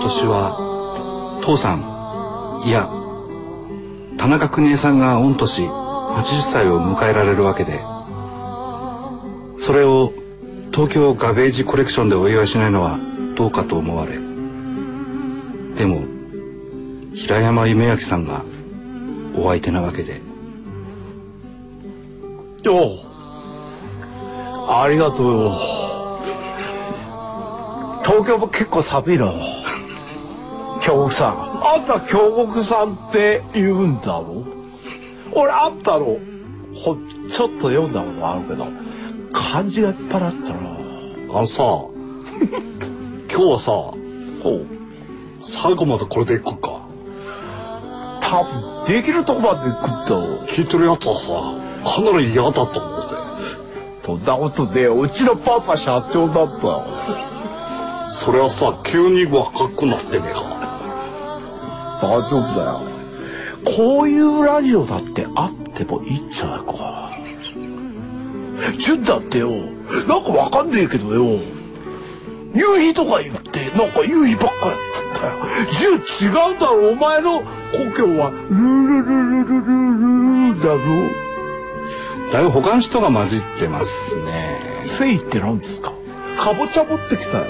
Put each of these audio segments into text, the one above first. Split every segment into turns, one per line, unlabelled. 年は父さんいや田中邦衛さんが御年80歳を迎えられるわけでそれを東京ガベージコレクションでお祝いしないのはどうかと思われでも平山夢明さんがお相手なわけで
おうありがとうよ東京も結構寒いの京極さんあんた京極さんって言うんだろ俺あんたの本ちょっと読んだことあるけど漢字がいっぱいあったな
あのさ 今日はさ
ほう
最後までこれでいくか
多分できるとこまで行くんだろ
聞いてるやつはさかなり嫌だと思うぜ
そんなことでうちのパパ社長だったよ
それはさ急に若くなってねえか
大丈夫だよこういうラジオだってあってもいいんじゃないか純だってよなんかわかんねえけどよ夕日とか言ってなんか夕日ばっかりっつったよ純違うだろお前の故郷はルルルルルルルルだろ
だいぶ他の人が混じってますね
せいって何ですかかぼちゃ持ってきたよ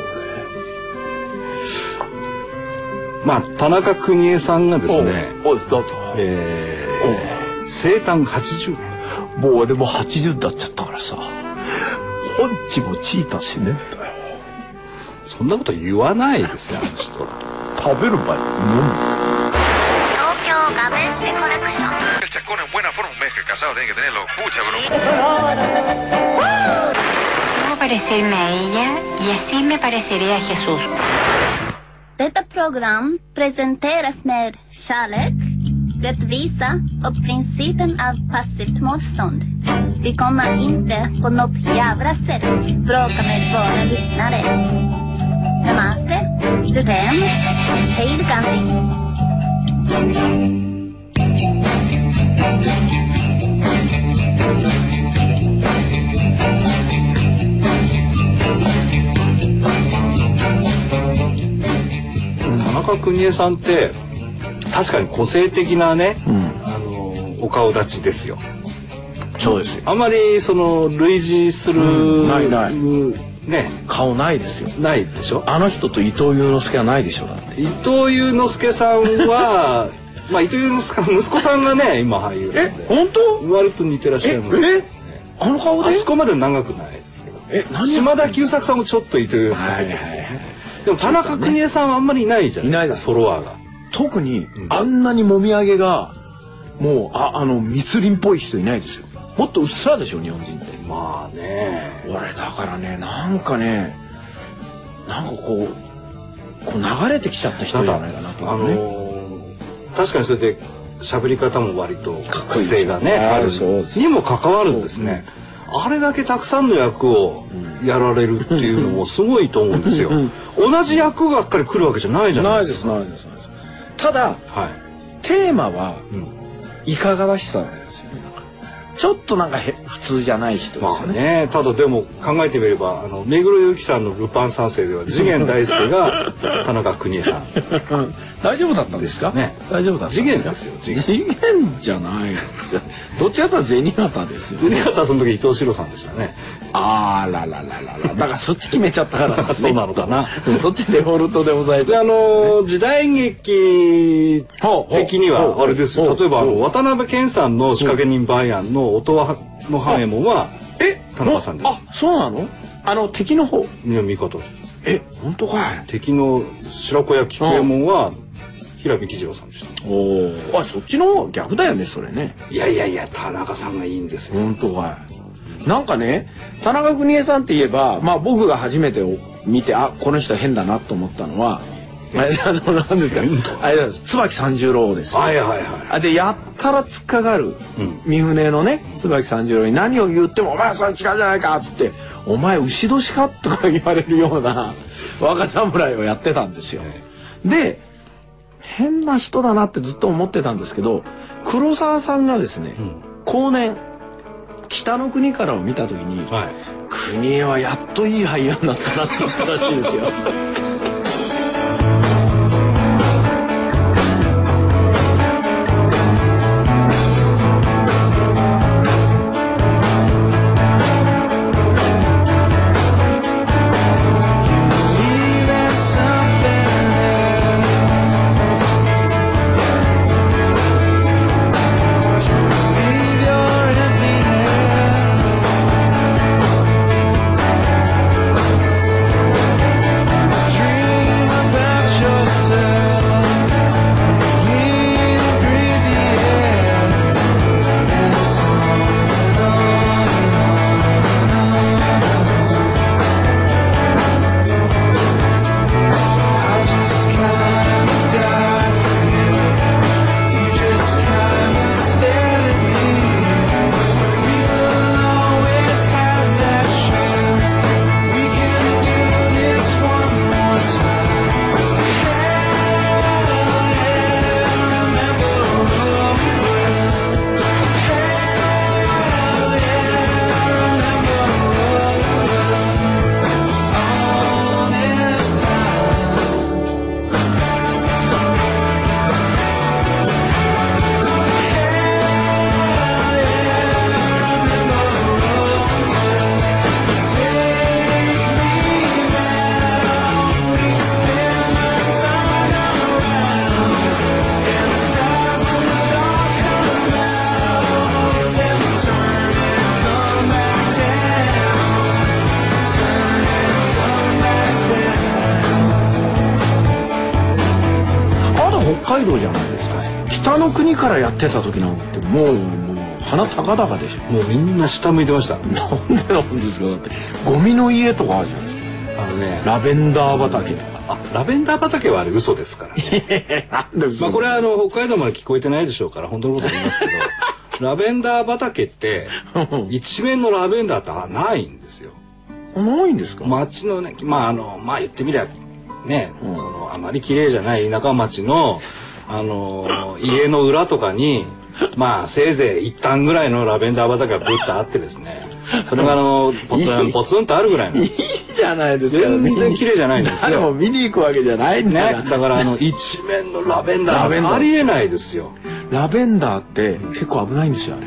まあ田中邦衛さんがですね
おうおうだと
えー生誕80年
もう俺も80になっちゃったからさ本地もチータしねえんだよ
そんなこと言わないですよあの人
食べる前に飲む
東京ガベッセコレクション
El chacón en buena forma, un mes que casado tiene que tenerlo. Escucha, bro.
¿Cómo parecerme a ella? Y así me pareceré a Jesús.
Detta program presenteras med kärlek, rättvisa och principen av passivt motstånd. Vi kommer inte på något jävla sätt bråka med våra lyssnare. Namaste, Judem, Hej Gandhi.
田中邦衛さんって確かに個性的なね、
うん
あのお顔立ちですよ
そうですよ
あんまりその類似する、
うんないない
ね
顔ないですよ
ないでしょ
あの人と伊藤悠之介はないでしょだって
伊藤悠之介さんは まあ伊藤悠之介さん息子さんがね今俳優さんで
本当
割と似てらっしゃいます
えあの顔
あ
で
そこまで長くないですけど
え何
島田久作さんもちょっと伊藤悠之介入ってますよ
はいはい
ねでも田中邦衛さんはあんまりいないじゃないですか
いないです
フォロワーが
特に
ん
あんなにもみあげがもうああの密林っぽい人いないですよもっとうっすらでしょ日本人って
まあね
俺だからねなんかねなんかこうこう流れてきちゃった人じゃないかなと
あ
思うね
のー確かにそれで喋り方も割と
かっこいいです
癖
よ
がね
あー
ある
そうです
にもかかわらずですねあれだけたくさんの役をやられるっていうのもすごいと思うんですよ
うん
同じ役ばっかり来るわけじゃないじゃないですか
ないですないですただ
はい
テーマは
うん
いかがわしさなんですよねなんかちょっとなんかへ普通じゃない人で
ますあ
よね,、
ねただでも考えてみればあの目黒祐樹さんの「ルパン三世」では次元大介 が田中邦衛さん
大丈夫だったんですか
ね
大丈夫だったん
次元ですよ次元
次元じゃないですよどっちかというと銭形ですよ
銭形はその時伊藤四郎さんでしたね
あーらららららだからそっち決めちゃったからですね
そうなのかな
きっとうんそっちデフォルトで抑え
で
て
あの時代劇的にはあれですよ例えばあの渡辺謙さんの仕掛け人バイアンの音羽の半右衛門は
え
田中さんです
あそうなのあの敵の方
南方
え本当かい
敵の白子屋菊右衛門は平見喜次郎さんでした
おおあそっちの逆だよねそれね
いやいやいや田中さんがいいんですよ
本当かいなんかね田中邦衛さんって言えばまあ僕が初めて見てあこの人変だなと思ったのはあれあの何ですか
変だ
あれだ椿三十郎ですよ
はいはいは
あでやったら突っかかる
いうん
三船のね椿三十郎に何を言っても「お前それ違うじゃないか」っつって「お前牛年か?」とか言われるような 若侍をやってたんですよ。で変な人だなってずっと思ってたんですけど黒沢さんがですね
うん
後年「北の国から」を見た時に
はい
国枝はやっといい俳優になったなって思ったらしいんですよ。道じゃないですか北の国からやってた時なんてもうもう鼻高々でしょ
もうみんな下向いてました
なんでなんですかだってゴミの家とかあるじゃないです
あのね
かラベンダー畑とか
あラベンダー畑はあれ嘘ですから ね
なんで
まあこれ
は
はあの北海道まで聞こえてないでしょうから本当のこと言いますけ どラベンダー畑って一面のラベンダーってないんですよ
ないんですか、
町のねまああのまあ言ってみりゃね、
うん
そのあまり綺麗じゃない田舎町のあの家の裏とかにまあせいぜい一旦ぐらいのラベンダー畑がぶっとあってですねそれがあ のポツンポツンとあるぐらいの
いいじゃないですか
全然綺麗じゃないんですよ
誰も見に行くわけじゃないんだ
ね
から、
だからあの一面のラベンダ
ラベンダ
ー
ー
ありえないですよ
ラベンダーって結構危ないんですよあれ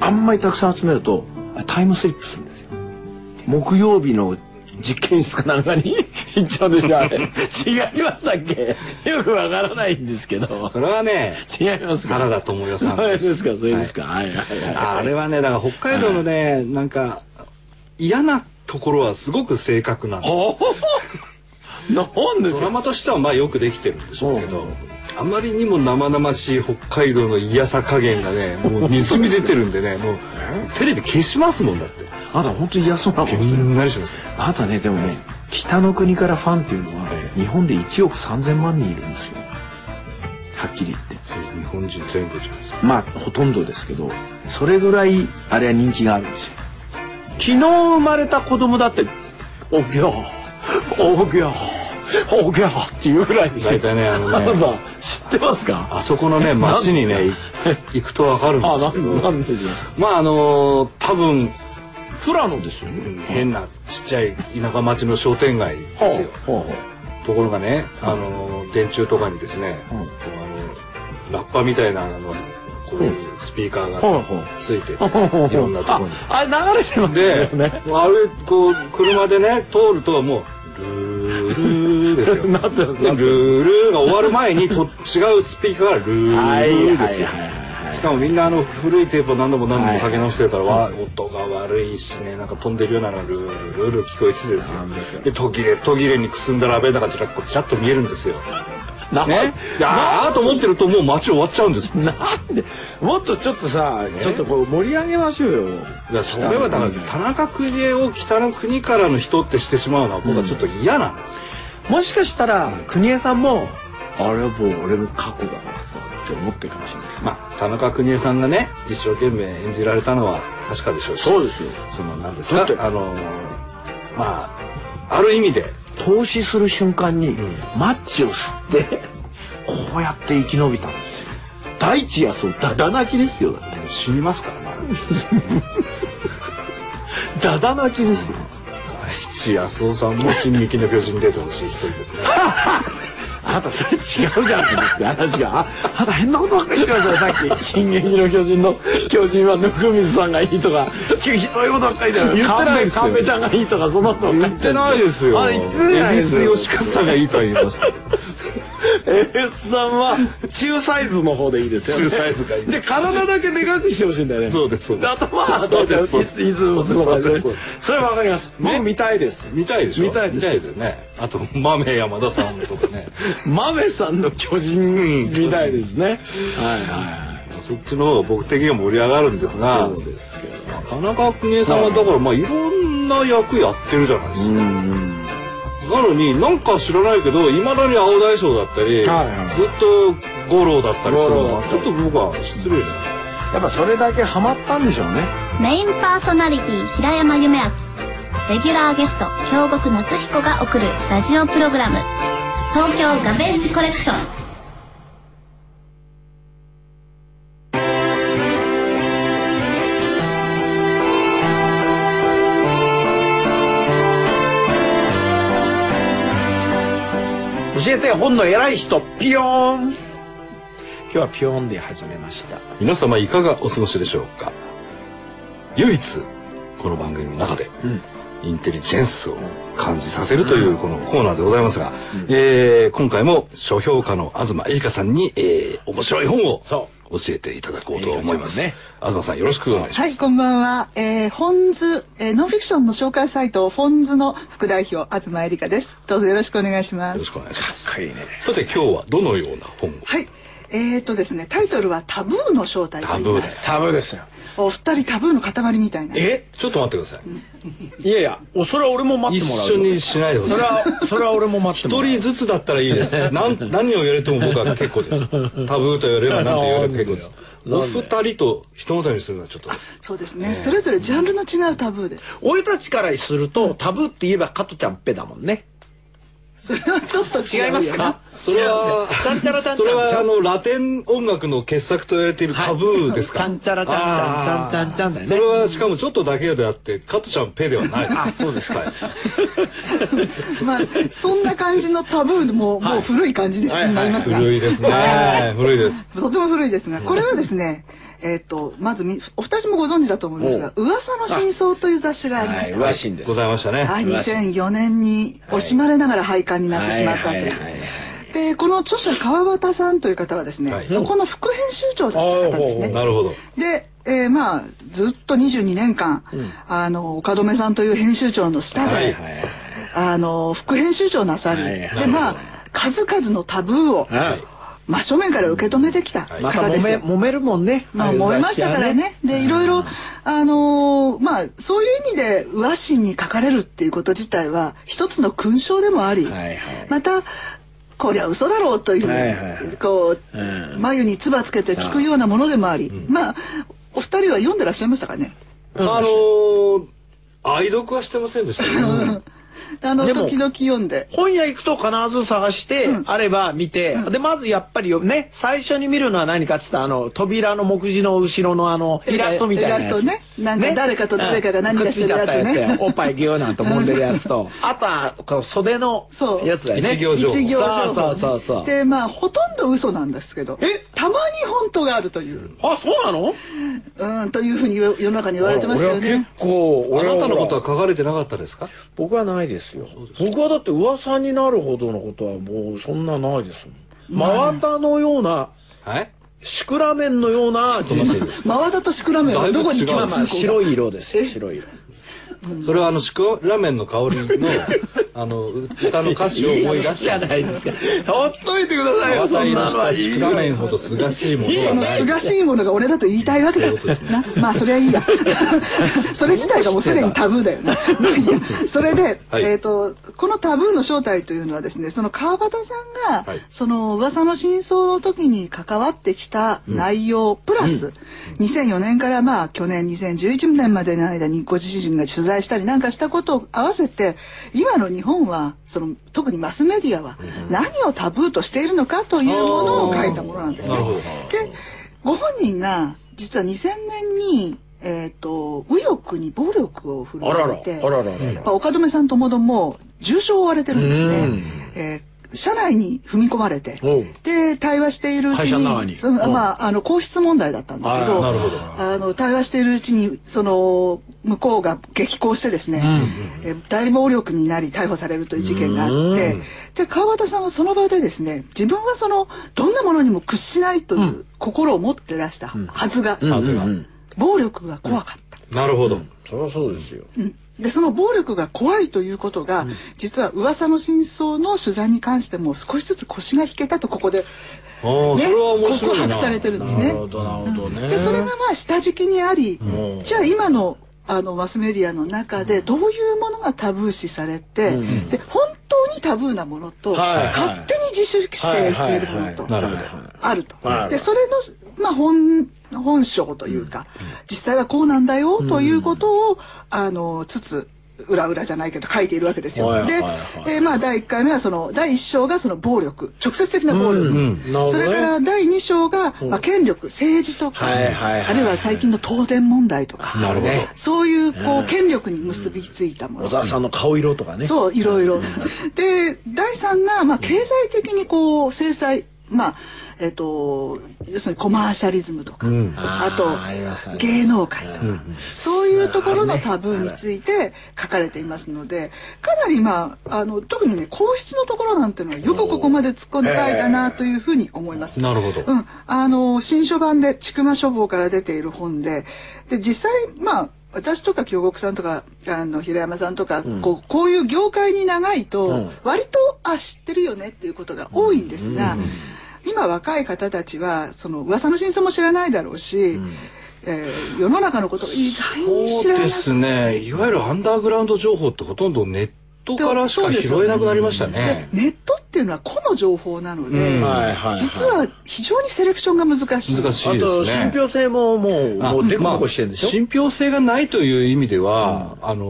あんまりたくさん集めるとタイムスリップするんですよ木曜日の実験室かなんかに 行っちゃうんでしょあれ違いましたっけよくわからないんですけど
それはね
違いますか
原田知世さん
そう
で
ですすかそうですかはいはいはい
あれはねだから北海道のねなんか嫌なところはすごく正確なんです
おおなんです
ドラ
か
マとしてはまあよくできてるんでしょうけどあまりにも生々しい北海道の嫌さ加減がねもうにじみ出てるんで ねもうテレビ消しますもんだって
あなた本当に嫌そうなも
み
ん
んなにしますよ
あなたねでもね北の国からファンっていうのは
ええ
日本で1億3000万人いるんですよはっきり言って
日本人全部じゃないですか
まあほとんどですけどそれぐらいあれは人気があるんですよ昨日生まれた子供だって「おぎゃーおぎゃーおぎゃー」っていうぐらいですよ
大体ねあ のね
なた知ってますか
あそこのね町にねい行くとわかるん
あ
です
な
けど
んなんでしょう
まああの多分
富良野ですよ
うん
ね
変なちっちゃい田舎町の商店街ですよ
ほうほう
ところがねあの電柱とかにですね、
うん
こうあのラッパみたいなあのこういうスピーカーがついてて、いろんなところに。
ああ流れてます
で、
よね
あれこう車でね通るともうルールーですよ。
なってます
でルールーが終わる前にと違うスピーカーがル
はいはい
ールー
は
です
い
よ。
はい
しかもみんなあの古いテープを何度も何度もかけ直してるから、わ音が悪いしねなんか飛んでるようなのがルールルール聞こえてですよで途切れ途切れにくすんだラベンダーがちらっこちらっと見えるんですよ、
な
ね、であーと思ってるともう街終わっちゃうんですだか
なんでもっとちょっとさちょっとこう盛り上げましょうよ
らそれはだから田中邦衛を北の国からの人ってしてしまうのは僕はちょっと嫌なんですよ、
もしかしたら国枝さんもあれはもう俺の過去だなって思ってるかもしれない
まあ田中邦衛さんがね一生懸命演じられたのは確かでしょうし
そうですよ
その何です
だ
か
って
あのーまあある意味で
投資する瞬間に
ん
マッチを吸ってこうやって生き延びたんですよ大地やそうダダ泣きですよだって
死にますからね
ダダ泣きですよ
大地安夫さんも「進撃の巨人」に出てほしい一人ですね
あなたそれ違うじゃないですか話が ああなた変なことばっかり言ってますよさ っき「進撃の巨人」の巨人は温水さんがいいとかひどいことばっかりじゃない言ってないですよカンペちゃんがいいとかそんなこと言 っ
言ってないですよ
あ言ってないですよ
恵比寿義和さんがいいとは言いましたけど
エースさんは中サイズの方でいいですよね
中サイズがいい
で体だけでかくしてほしいんだよね
そうですそうです
頭は
そうですそうです
いつもすごい
そうです
そ
そう
れ
です
それわかりますもう見たいです
見たいでしょ
見たいです
よねあと豆山田さんとかね
マメさんの巨人みたいですねはいは
そっちの方が僕的には盛り上がるんですが
いですけど
田中邦衛さんはだからまあいろんな役やってるじゃないですか
うん
なのになんか知らないけどいまだに青大将だったり、
はいはい
ずっと五郎だったりする
五
の
郎
は
だった
ちょ
り
っと僕は失礼です
やっぱそれだけハマったんでしょうね
メインパーソナリティ平山夢明レギュラーゲスト京極夏彦が送るラジオプログラム「東京ガベージコレクション」
教えて本の偉い人ピヨーン今日はピヨーンで始めました
皆様いかがお過ごしでしょうか唯一この番組の中で
うん
インテリジェンスを感じさせるというこのコーナーでございますが、
うん
えー今回も書評家の東絵里香さんに、えー面白い本を
そ
教えていただこうと思います。
映画ちゃんね
東さんよろしくお願いします。
はい、こんばんは。えー、フォンズ、えー、ノンフィクションの紹介サイト、フォンズの副代表、東恵梨香です。どうぞよろしくお願いしま
よろ
す
し。くお願いします。
かっこいいね
さて今日はどのような本を
はい。えー、とですね、タイトルはタブーの正体と
タ
言い
ブー
ま。
ですす。
サブですよ。
お二人タブーの塊みたいな。
え
ちょっと待ってください。
いやいや、おそれは俺も待っ
一
てもらうよ。
緒にしないでほしい
それ。は、それは俺も待って
一
もらう。
人ずつだったらいいです。なん何を言われても僕は結構です。タブーと言われれば何と言われても結構です。
な
お
んで
二人とひとまとめにするのはちょっと。
そうですね、それぞれジャンルの違うタブーです。
俺たちからすると、タブーって言えば加トちゃんペだもんね。
それはちょっと違うよな
違いますか
それは
ちゃんちゃらちゃんち
そ
ゃ、ん
れはあの、ラテン音楽の傑作と言われているタブーですか
ちゃんちゃらちゃんちゃんちゃんちゃんちゃんだよね
それはしかもちょっとだけであって、加トちゃんペではないです。あ、そうですか。
まあ、そんな感じのタブーも、もう古い感じです、
はいはい
になりますが。
古いですね。古いです。
とても古いですが、これはですね、えっ、と、まずみ、お二人ともご存知だと思いますが、噂の真相という雑誌がありました。
詳しいんです。
ございましたね。
はい、2004年に惜しまれながら廃刊になってしまったという。で、この著者川端さんという方はですね、
はい
そこの副編集長だった方ですね。
なるほど。
で、えーまあ、ずっと22年間、あの、岡留さんという編集長の下で、
はい
あの、副編集長なさり、
はいはい
で、まあ、数々のタブーを
はい。
真正面から受け止めてきた
はい
また
方で
揉
す
め、
よ。
揉めるもんね。
まあ、燃えましたからね。で、いろいろ、あのーまあ、そういう意味で、和紙に書かれるっていうこと自体は、一つの勲章でもあり、
はいはい
また、こりゃ嘘だろうという、
はいはいはい
こう、
うん
眉に唾つけて聞くようなものでもあり、まあ、お二人は読んでらっしゃいましたかね。
あのー、愛読はしてませんでしたけど、
あの、
でも
時々読んで。
本屋行くと必ず探して、あれば見て、で、まずやっぱりよね、最初に見るのは何かって言ったら、あの、扉の目次の後ろのあの、イラストみたいなやつ。
イラストねなんか誰かと誰かが何かしてるやつ
くっついちゃ
ね
ったやつやおっぱいぎゅーなんと揉んでるやつと、あとは、こう袖の
そう
やつだよね。
一行情報
一行情報
そうそうそうそう
で、まあ、ほとんど嘘なんですけど、たまに本当があるという、
あ、そうなの
うん、というふうに世の中に言われてましたよ
俺は
ね
結。構、
あ
俺
なたのことは
ほら
書かれてなかったですか
僕はないですよ。僕はだって噂になるほどのことはもうそんなないですもん。真綿のような、
はい
シクラメンのような人生です。
真綿とシクラメンはどこに
だいぶ違う
ま
共
あ
通
まあ
項
白い色ですよ、白い色。
それはあの、シクラメンの香り の、あの、歌の歌詞を思い出し
じゃ
た。
ないですか。ほっといてくださいよ、そ
私
んな
の
のはい
シ
い
ク
よ
ラ。メンほどすがしいもの
が
は
その
ない
す。がしいものが俺だと言いたいわけだ
ということですね
なまあそれはい いやそれ自体がもうすでにタブーだよねまあいいやそれで、
はい
えー、とこのタブーの正体というのはですねその川端さんが、
はい
その噂の真相の時に関わってきた内容、プラス、2004年からまあ去年2011年までの間にご自身が取材したりなんかしたことを合わせて今の日本はその特にマスメディアは何をタブーとしているのかというものを書いたものなんですね
なるほど。
でご本人が実は2000年に、えっと右翼に暴力を振る
あら
われ
ら
て、
あららら
やっ
ら。
ぱ岡留さんともども重傷を負われてるんですね。えー車内に踏み込まれて
おう
で対話しているうち
会社の中
に
に
その
うん
まああの皇室問題だったんだけど
なるほど
あの対話しているうちにその向こうが激高してですね、えー大暴力になり逮捕されるという事件があってで川端さんはその場でですね自分はそのどんなものにも屈しないという心を持ってらしたはずが、
はずが
うん
暴力が怖かった。
なるほど。
そりゃそうですよ。
でその暴力が怖いということが、実は噂の真相の取材に関しても少しずつ腰が引けたとここで、ね、
あーそれは面白
告
いな。
白されてるんですね。
ど、なるほどね
でそれがまあ下敷きにあり、
うん
じゃあ今のあのマスメディアの中でどういうものがタブー視されて、
うん
で本当にタブーなものと、
はいはい
勝手に自主規制しているものと。
なるほど。
あると。
はい
で、それの、まあ、本、本性というか、実際はこうなんだよということを、あの、つつ、裏裏じゃないけど書いているわけですよ。
はい
で、
はいはい
えーまあ、第1回目はその、第1章がその暴力、直接的な暴力。
うんなるほどね
それから第2章が、まあ、権力、政治とか、
はいはいはい
あるいは最近の東電問題とか、
なるほど。
ね
そういう、こう、権力に結びついたもの
小。沢さんの顔色とかね。
そういろいろ。で第3が、まあ、経済的にこう制裁まあ、えっ、と、要するにコマーシャリズムとか、
うん
あと
ありますあります
芸能界と
う
か、
ん
そういうところのタブーについて書かれていますので、かなりまあ、あの、特にね、皇室のところなんてのはよくここまで突っ込んで書いたなというふうに思います。
なるほど。
うん、あの新書版で千曲書房から出ている本でで実際まあ私とか京極さんとかあの平山さんとか、
うん
こうこういう業界に長いと、
うん
割とあ知ってるよねっていうことが多いんですが、
うんうん
今若い方たちはその噂の真相も知らないだろうし、えー世の中のことを意外に知
そ
ら
う
ない
ですね。いわゆるアンダーグラウンド情報ってほとんどネットからしか拾えなくなりましたね。
ネットっていうのは個の情報なので、
うん
はいはいい
実は非常にセレクションが難しい。
難
あ
しい
と
です
信
ね。
憑性ももう
あ
もうデコボコしてるんでしょ、
まあ信憑性がないという意味では、あの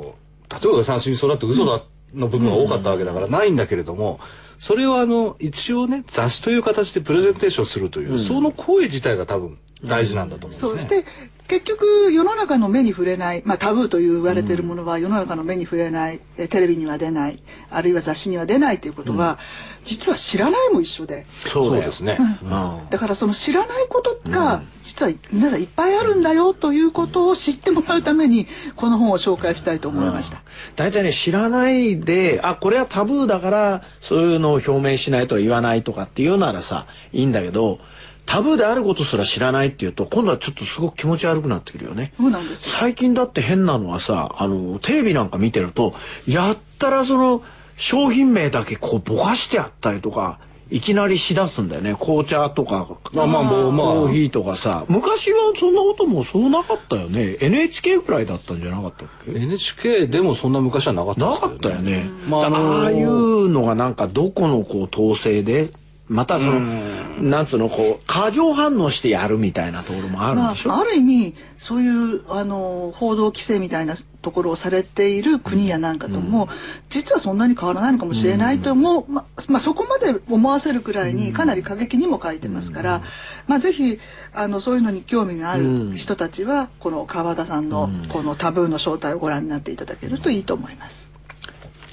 ー例えば三振にそうだって嘘だの部分が多かったわけだからないんだけれども、それをあの一応ね雑誌という形でプレゼンテーションするという、
うん
その行為自体が多分大事なんだと思
そううん
ですね。
で結局世の中の目に触れない、まあ、タブーと言われているものは世の中の目に触れない、えテレビには出ないあるいは雑誌には出ないということは、実は知らないも一緒で
そう
だよ
ですね。
うん
だからその知らないことが実は皆さんいっぱいあるんだよということを知ってもらうためにこの本を紹介したいと思いました。
大体ね知らないであこれはタブーだからそういうのを表明しないとは言わないとかっていうならさいいんだけどタブーであることすら知らないっていうと今度はちょっとすごく気持ち悪くなってくるよね。
そうなんですよ
最近だって変なのはさあのテレビなんか見てるとやったらその商品名だけこうぼかしてあったりとかいきなりしだすんだよね紅茶とか
まあまあまあまあ
コーヒーとかさ昔はそんなこともそうなかったよね NHK ぐらいだったんじゃなかったっけ
NHK でもそんな昔はなかった
な
ですけ
か
ど
ったよね。
まあ
だか
あ
ら
のー
ああいうのがなんかどこのこう統制で、またその、
うん
なんつうの、こう、過剰反応してやるみたいなところもあるん
ま
でしょ、
あ、ある意味そういうあの報道規制みたいなところをされている国やなんかとも、実はそんなに変わらないのかもしれないとも、まあまあ、そこまで思わせるくらいにかなり過激にも書いてますから、まあ、ぜひあのそういうのに興味があ
うん
る人たちはこの川田さんのこのタブーの正体をご覧になっていただけるといいと思います。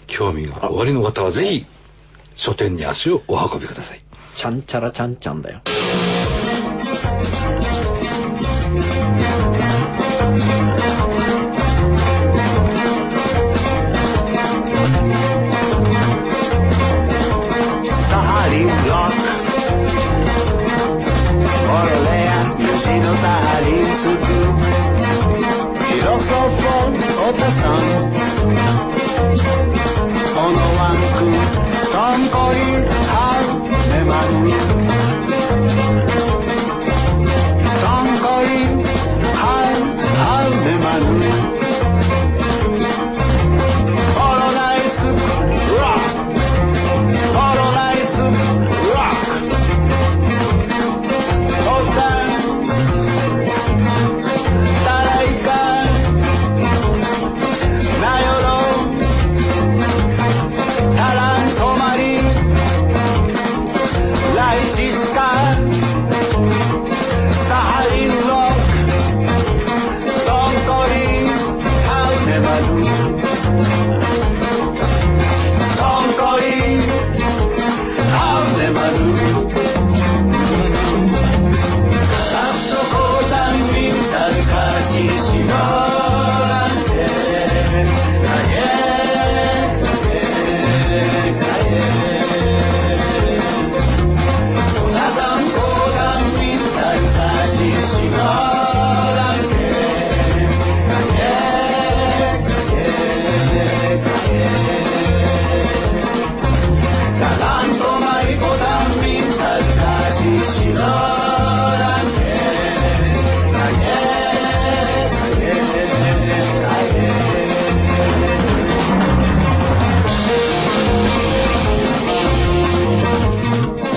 興味がおありの方はぜひ書店に足をお運びください。
ちゃんちゃらちゃんちゃんだよ。
Sahari Rock. Orolea, Yoshino Sahari Suku. Hirosofo Otasan. Ono Wanku. Tonkoi Hanemaru. Tonkoi Han- Hanemaru. Paradise Rock. Paradise Rock. Otters, Talaika, Nayoro, Tarantomari, Laichiska, Saharin Rock, Donkori, Kalnebaru. Donkori,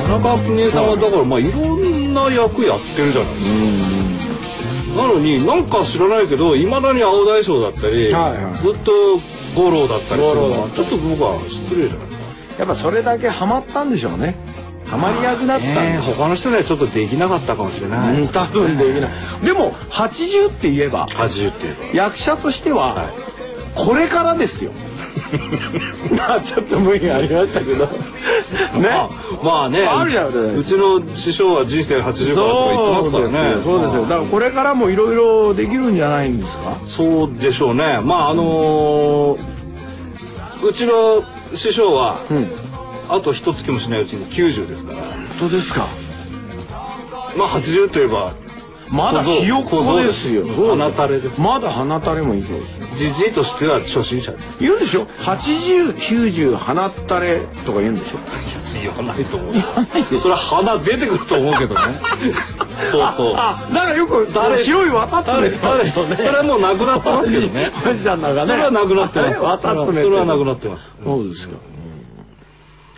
田中邦衛さんはだからまあいろんな役やってるじゃないですか。なのになんか知らないけどいまだに青大将だったり、
はいはい
ずっと五郎だったりするの
五郎だ
は
った
ちょっと僕は失礼じゃないですか。
やっぱそれだけハマったんでしょうね。ハマり役だったんでしょう
ねえ他の人にはちょっとできなかったかもしれない。
うん多分でき ない。でも、80って言えば、
80っていうか。
役者としては、
はい
これからですよ。まあちょっと無理がありましたけど、ね
まあまあね
あるじゃないですか
うちの師匠は人生80からとか言ってますからね
そうですよそうですよだからこれからもいろいろできるんじゃないんですか
そうでしょうねまああのーうちの師匠は
うん
あと一月もしないうちに90ですから
本当ですか
まあ80といえば
まだひよっこですよ
小僧鼻垂れです
まだ鼻垂れもいいそうです
じじいとしては初心者です
言うでしょ8090鼻垂れとか言うんでしょ
言わないと思う
ないでしょ
それは鼻出てくると思う けどね相当
あだからよく
誰
白い綿つめ
誰誰それはもうなくなってますけどね
富士山の中
そ
ね
れはなくなってます
あれ綿詰め
それはなくなってます
そうですか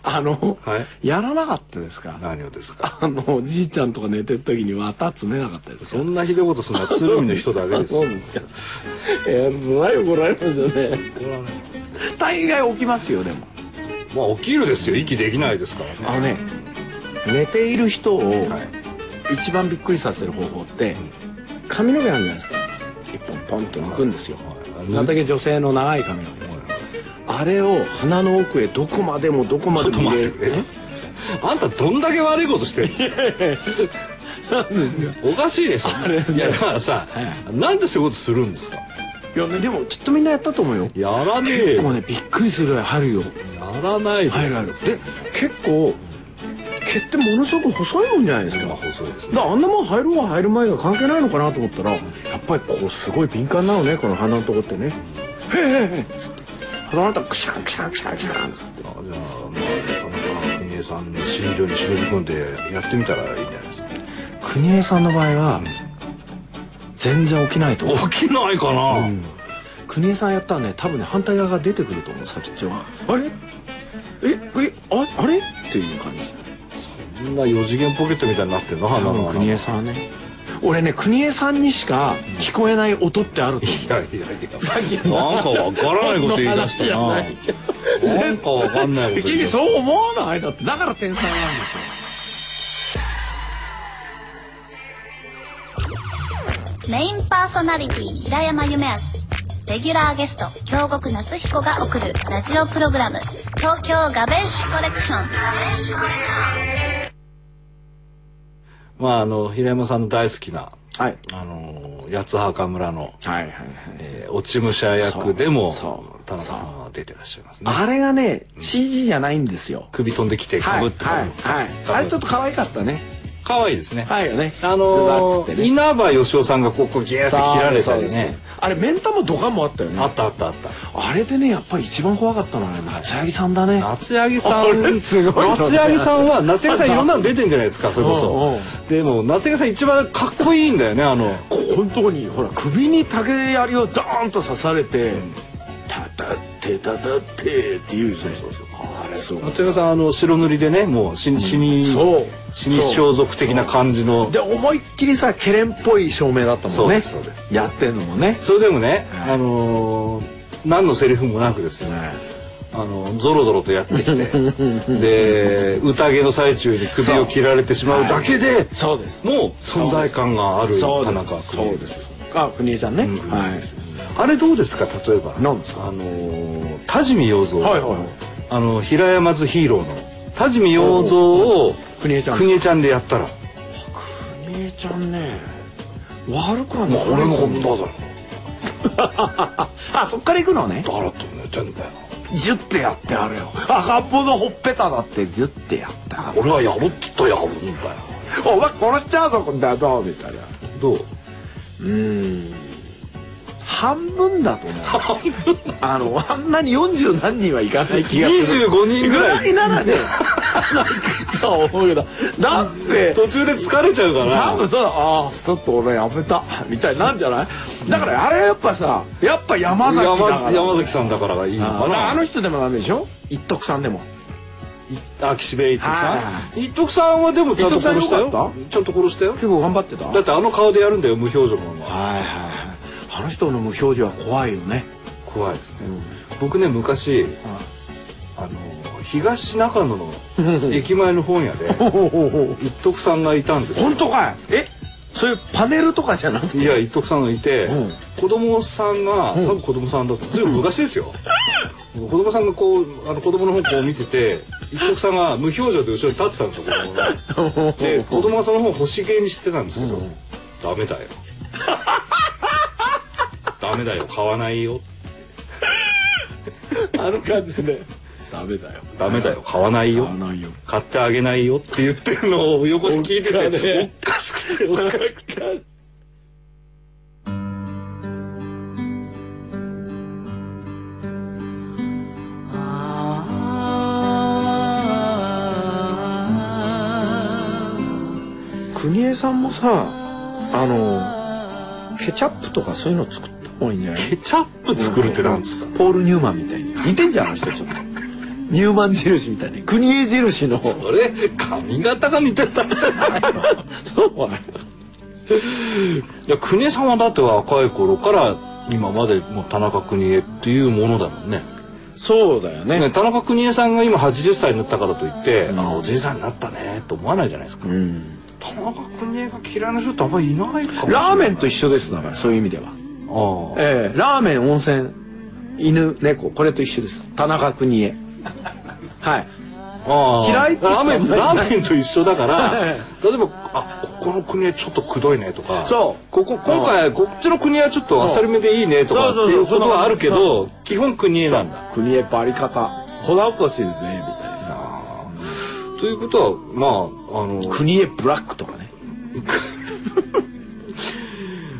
あの、
はい
やらなかったですか
何をですか
あのじいちゃんとか寝てる時に綿詰めなかったですか
そんなひどいことするのは鶴見の人だけですよ
そうですか。えー、ない怒られますよね。大概起きますよ、でも。
まあ起きるですよ息できないですからね
あのね、寝ている人を
はい
一番びっくりさせる方法って、髪の毛なんじゃないですか。一本ポンと抜くんですよ。
はい
なんだけ女性の長い髪の毛ね。あれを鼻の奥へどこまでもどこま
ちょ
で
っと
も入
待っ
れ
て
る
く。れあんたどんだけ悪いことしてるんですか
なんですよ。
おかしいでしょ
あれ
いやだからさ、
は
なんでそういうことするんですか
いやね、でもきっとみんなやったと思うよ。
やらねえ
結構
よ
ね、びっくりするぐらい入るよ。
やらないです
入る入る。で、結構、毛ってものすごく細いもんじゃないですか。
まあ細いです
だからあんなもん入ろうが入る前が関係ないのかなと思ったらやっぱりこうすごい敏感なのねこの鼻のとこってね「へえへえへえ」っつって鼻のとこクシャンクシャンクシャンクシャンっつって
あじゃあまあ田中邦衛さんの心情に忍び込んでやってみたらいいんじゃないですか
国枝さんの場合は全然起きないと思う、
起きないかな、
うん、国枝さんやったらね多分ね反対側が出てくると思う先っちょがあれええああれっていう感じ
そんな4次元ポケットみたいになってんの
多
鼻の
分
穴
国
い
枝さんはね俺ね国枝さんにしか聞こえない音ってあると思う
やいやいやなんかわからないこと言い出した ななんかわかんないこと言い出した
君そう思わないだってだから天才なんですよ
メインパーソナリティ平山夢明レギュラーゲスト京極夏彦が送るラジオプログラム「東京ガベッシュコレクション」
まああの平山さんの大好きな
はい
あの八つ墓村の、
はいはいはい
えー落ち武者役でも
そうそう
田中さんは出てらっしゃいますね
あれがね CG じゃないんですよ
首飛んできてか
は
ぶ
い
って
はいはいあれちょっと可愛かったね
可愛いですね、
はいよね
あの
ズバッつっ
ー
てね
稲葉義雄さんがこうこうギューって切られたり
そうで
ね
すあれ目ん玉ドカンもあったよね
あったあったあった
あれでねやっぱり一番怖かったのはね夏柳さんだね
夏柳さ
あ
ん
れすごいよね
夏柳さんは夏柳さんいろんなの出てんじゃないですかそれこ
うんう
そ
ん
でも夏柳さん一番かっこいいんだよねあの
ここのとこにほら首に竹槍をドーンと刺されて「たたってたたって」って言うじゃんあれすごかっ
夏柳さんあの白塗りでねもう死に死に
たそう
死に装束的な感じの
で思いっきりさケレンっぽい照明だった
そ
も
うんで
ね
すそうです
やってんのもね
それでもね
はい
あのー何のセリフもなくですねあのゾロゾロとやってき てで宴の最中に首を切られてしまうだけで
そうです
もう存在感がある
そう
田中君
そうですあ国枝ちゃんね、
うん
はい
あれどうですか例えば
何ですか
あのー田尻洋三、
はいはいはい
あの平山津ヒーローの田尻洋三を
国枝ちゃん
国枝ちゃんでやったら
国枝ちゃんね悪くはない、
まあ俺のことだぞ
あそっから行くのね
だらっと寝てんだよ
ジュッてやってあるよ赤っ坊のほっぺただってジュッてやった
俺はやるって言ったらやるんだよ
お前殺しちゃうぞこんなのみたいな
どう
うーん半分だと思うあのあんなに40何人はいかない気がする
25人ぐらい
ぐならね なんか思うけどだって
途中で疲れちゃうから
多分そうだああちょっと俺やめたみたいになんじゃないだからあれやっぱさやっぱ山崎だ
山
から
山崎さんだからがいいの
あ
かな
あの人でもダメでしょ一徳さんでも
あ岸辺一徳
は
さ
いは
ん一徳さんはでもちゃんと殺したよ
一徳さんよか
ちゃんと殺したよ
結構頑張ってた
だってあの顔でやるんだよ無表情のまま
はいはいはいあの人の無表情は怖いよね、
怖いですね僕ね昔あの東中野の駅前の本屋 で一徳さんがいたんですよ
本当かいえそういうパネルとかじゃなくて
いや一徳さんがいて、
うん
子供さんが
うん
多分子供さんだと思う随分昔ですよ子供さんがこうあの子供の方こう見てて一徳さんが無表情で後ろに立ってたんですよ子供が。で子供はその本欲しげにしてたんですけど、
うん
ダメだよダメだよ買わないよ
あの感じで。ダメだよ。
ダメだよ買わないよ
買わないよ
買ってあげないよって言ってるのを横に聞いて
おっか
て
ね
おかしくておかしくて
国枝さんもさ、あの、ケチャップとかそういうの作った方がいいんじゃない
ケチャップ作るってなんですか
ポール・ニューマンみたいに。似てんじゃん、あの人ちょっと。ニューマン印みたいに。国枝印の。
それ髪型が似てるだけじゃないの
そうはい
や邦衛さんはだって若い頃から今までもう田中邦衛っていうものだもんね
そうだよ
ね
ね。
田中邦衛さんが今80歳になったからといって、
うん
あおじいさんになったねと思わないじゃないですか、
うん。
田中邦衛が嫌いな人ってあんまりいないかもしれない
ラーメンと一緒です、だから、そういう意味では。
ああ
ええラーメン、温泉、犬、猫、これと一緒です。田中邦衛。はい。
ああ
嫌いって人
ラーメン
は
ラ
ない
ーメンと一緒だか ら
え
例えばあここの国はちょっとくどいねとか
そう
ここ今回こっちの国はちょっとあっさりめでいいねとかって
そうそうそう
いうことはあるけ
そ
ど基本国へなんだ
国へバリ方こだわってほしいですねみたいな
ああということはまああの
国へブラックとかね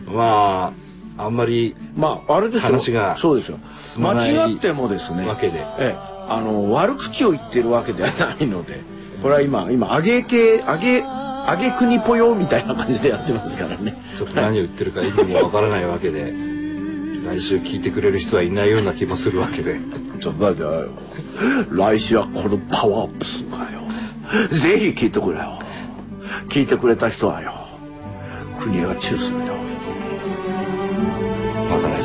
まああんまり
まああれですよ
話が
そうですよ
進まない
間違ってもですね
わけで
ええあの悪口を言ってるわけではないのでこれは今今揚げ系揚げ揚げ国ぽよみたいな感じでやってますからね
ちょっと何を言ってるか意味もわからないわけで来週聞いてくれる人はいないような気もするわけで
ちょっとだってよ来週はこのパワーアップするからよぜひ聞いてくれよ聞いてくれた人はよ国へがチューするよ
また来